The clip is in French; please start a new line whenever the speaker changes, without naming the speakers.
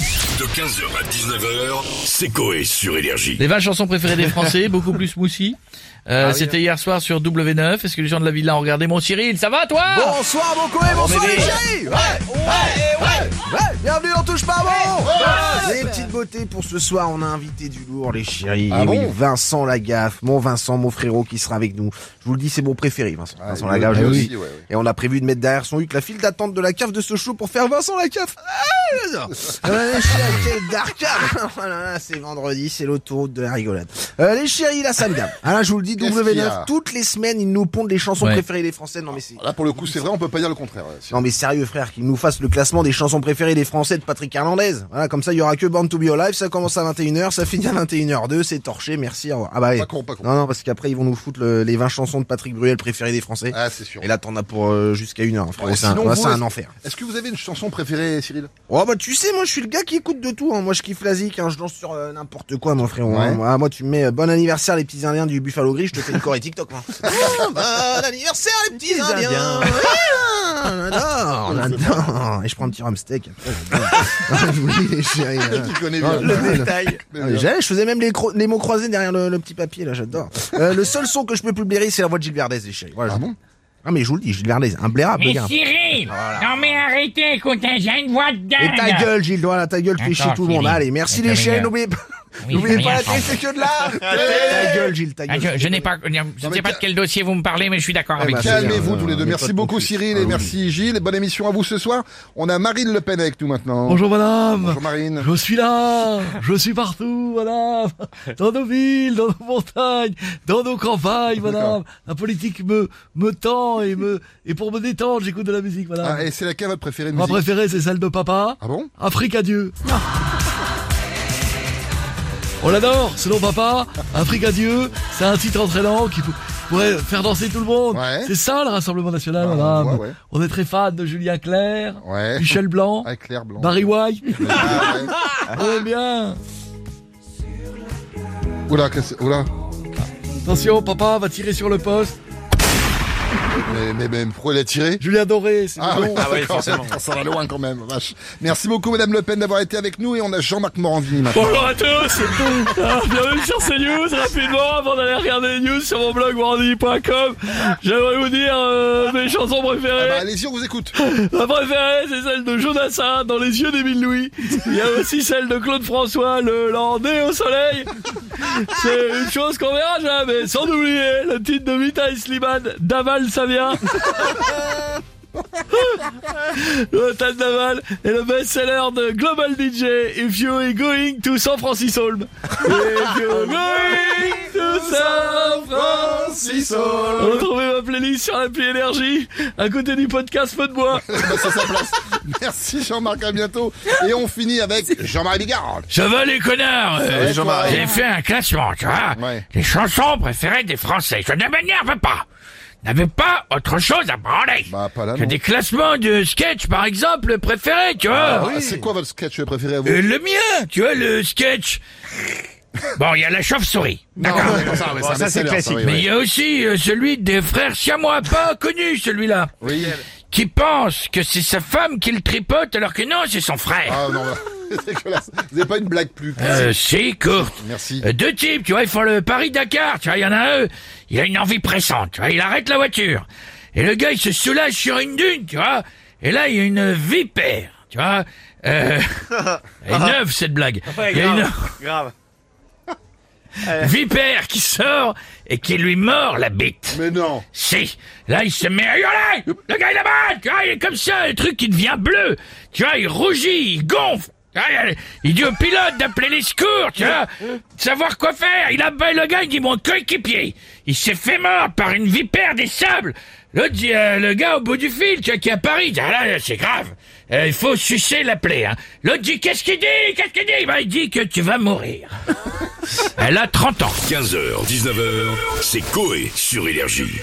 De 15h à 19h, c'est Coé sur Énergie.
Les 20 chansons préférées des Français, beaucoup plus moussi.
Ah
Euh, C'était hier soir sur W9. Est-ce que les gens de la villa ont regardé Mon Cyril, ça va toi
Bonsoir mon coé, bonsoir les chéris ouais, ouais, ouais, ouais. Bienvenue dans Touche pas bon Les petites beautés pour ce soir, on a invité du lourd les chéris. Et oui, Vincent Lagaffe, mon Vincent, mon frérot qui sera avec nous. Je vous le dis, c'est mon préféré Vincent, Vincent Lagaffe. je le dis. Et on a prévu de mettre derrière son huc la file d'attente de la cave de ce show pour faire Vincent Lagaffe. Ah, j'adore. Euh, les chéris, quel dark Oh là là, C'est vendredi, c'est l'autoroute de la rigolade. Euh, les chéris, la samedi. Ah là, je vous le dis,
Qu'est-ce qu'il
W9,
y a
toutes les semaines, ils nous pondent les chansons
Ouais.
préférées des Français. Non mais c'est...
Ah, Là, pour le coup, c'est vrai, on peut pas dire le contraire. ouais. C'est-
Non mais sérieux frère, qu'il nous fasse le classement des chansons préférées des Français de Patrick Hernandez. Voilà, comme ça il y aura que Born to Be Alive, ça commence à 21h, ça finit à 21h2, c'est torché, merci. au revoir. Ah bah oui.
Pas con, pas con.
Non non, parce qu'après ils vont nous foutre le- les 20 chansons de Patrick Bruel préférées des Français.
Ah, c'est sûr.
Et là t'en as pour euh, jusqu'à une heure, hein, frère.
Ouais,
c'est un,
sinon,
ouais,
vous,
c'est un
est-ce-
enfer.
Est-ce que vous avez une chanson préférée, Cyril
Oh bah tu sais, moi je suis le gars qui écoute de tout. hein. Moi je kiffe la zik, hein. je danse sur euh, n'importe quoi, mon frérot. hein.
Ouais.
Moi, moi, tu me mets euh, bon anniversaire les petits Indiens du Buffalo Gris, je te fais une choré TikTok. Hein. bon anniversaire les petits Indiens. J'adore, j'adore. Et je prends un petit rum steak. après, j'adore. Je vous dis, les chéris, hein.
Tu connais
Oh,
bien.
le détail.
Mais
Ah,
bien.
j'allais, je faisais même les, cro- les mots croisés derrière le, le petit papier, là, j'adore. Euh, le seul son que je peux publier, c'est la voix de Gilles Verdez, les chéris. Voilà,
Ah
je-
bon
Ah, mais je vous le dis, Gilles Verdez, un blairable, le
Mais
gars.
Cyril
Ah,
Non mais arrêtez, écoutez, j'ai une voix de dingue
Et ta gueule, Gilles, voilà, ta gueule, tu
Attends,
fais chier tout le monde.
Cyril.
Allez, merci
Attends,
les
mais,
chiens,
euh,
n'oubliez pas,
Oui,
n'oubliez
rien
pas la
sans-
télé, c'est que de l'art. Ta gueule, Gilles, ta
Ah,
gueule.
je, je n'ai pas, je ne sais
mais
pas de quel dossier vous me parlez, mais je suis
Eh
d'accord avec
ben,
bah,
vous.
c'est bien,
Calmez-vous
euh,
tous les deux.
mes
Merci
potes
beaucoup,
non plus.
Cyril, et merci Gilles. Et bonne émission à vous ce soir. On a Marine Le Pen avec nous maintenant.
Bonjour madame
Bonjour, Marine.
Je suis là Je suis partout, madame Dans nos villes, dans nos montagnes, dans nos campagnes, madame La politique me, me tend et me et pour me détendre, j'écoute de la musique, madame.
Ah, et c'est laquelle votre préférée de
Ma
musique
préférée, c'est celle de papa.
Ah bon
Afrique adieu On l'adore, selon papa, Afrique adieu, c'est un titre entraînant qui pou- pourrait faire danser tout le monde.
Ouais.
C'est ça le Rassemblement National,
Ah, on
madame.
voit, ouais.
On est très fan de Julien Clerc,
Ouais. Ah,
Michel Blanc,
Avec Claire Blanc.
Barry White.
Ah, ouais.
On aime bien.
Oula, qu'est-ce- oula.
Attention, papa va tirer sur le poste.
Mais, mais, mais pourquoi il a tiré
Julien Doré, c'est
Ah,
bon.
oui, d'accord, Ça va loin quand même, vache. Merci beaucoup, Madame Le Pen, d'avoir été avec nous. Et on a Jean-Marc Morandini maintenant.
Bonjour à tous Ah, Bienvenue sur CNews, rapidement, avant d'aller regarder les news sur mon blog brandy.com, j'aimerais vous dire euh, mes chansons
Ah bah,
préférées.
Allez-y, on vous écoute.
Ma préférée, c'est celle de Jonassin, dans les yeux d'Émile Louis. Il y a aussi celle de Claude François, le landais au soleil. C'est une chose qu'on verra jamais, sans oublier le titre de Vita Slimane, Daval ça vient. Le Taz Daval est le best-seller de Global DJ If You Are Going to San Francisco. If You're Going to San Francisco. Retrouvez ma playlist sur l'appli Énergie, à côté du podcast Feu de Bois.
Bah, c'est sa place. Merci, Jean-Marc. À bientôt. Et on finit avec Jean-Marie Bigard.
Ça va les connards euh,
Ouais, Jean-Marie.
J'ai fait un classement, tu vois.
Ouais.
Les chansons préférées des Français. Je ne m'énerve pas. N'avais pas autre chose à branler.
Bah, pas là,
que
non.
des classements de sketch, par exemple, préférés, tu vois.
Ah, C'est quoi votre sketch préféré à vous
Euh, le mien, tu vois, le sketch. Bon, il y a la chauve-souris. D'accord.
Non, ça, ouais, c'est un Ah, best-seller, ça, oui,
Mais
ouais.
il y a aussi euh, celui des frères siamois, pas connu celui-là,
Oui.
qui pense que c'est sa femme qui le tripote alors que non, c'est son frère.
Ah non, bah, c'est dégueulasse. Vous n'avez pas une blague plus.
Euh, c'est courte.
Ah, Merci.
Euh, Deux types, tu vois, ils font le Paris-Dakar, tu vois, il y en a un, il a une envie pressante, tu vois, il arrête la voiture. Et le gars, il se soulage sur une dune, tu vois, et là, il y a une vipère, tu vois. Euh, elle est neuve, cette blague. Il y a une...
Grave.
vipère qui sort et qui lui mord la bite.
Mais non.
Si, là il se met à hurler Le gars il est là-bas, tu vois, il est comme ça, le truc il devient bleu, tu vois, il rougit, il gonfle, Tu vois, il dit au pilote d'appeler les secours, tu vois, de savoir quoi faire, il appelle le gars, il dit mon coéquipier, il s'est fait mort par une vipère des sables L'autre dit, euh, le gars au bout du fil, tu vois, qui est à Paris, il dit, ah là, c'est grave, Euh, il faut sucer la plaie, hein. L'autre dit, qu'est-ce qu'il dit, qu'est-ce qu'il dit Ben, il dit que tu vas mourir. Elle a 30 ans.
15h, 19h, c'est Coé sur Énergie.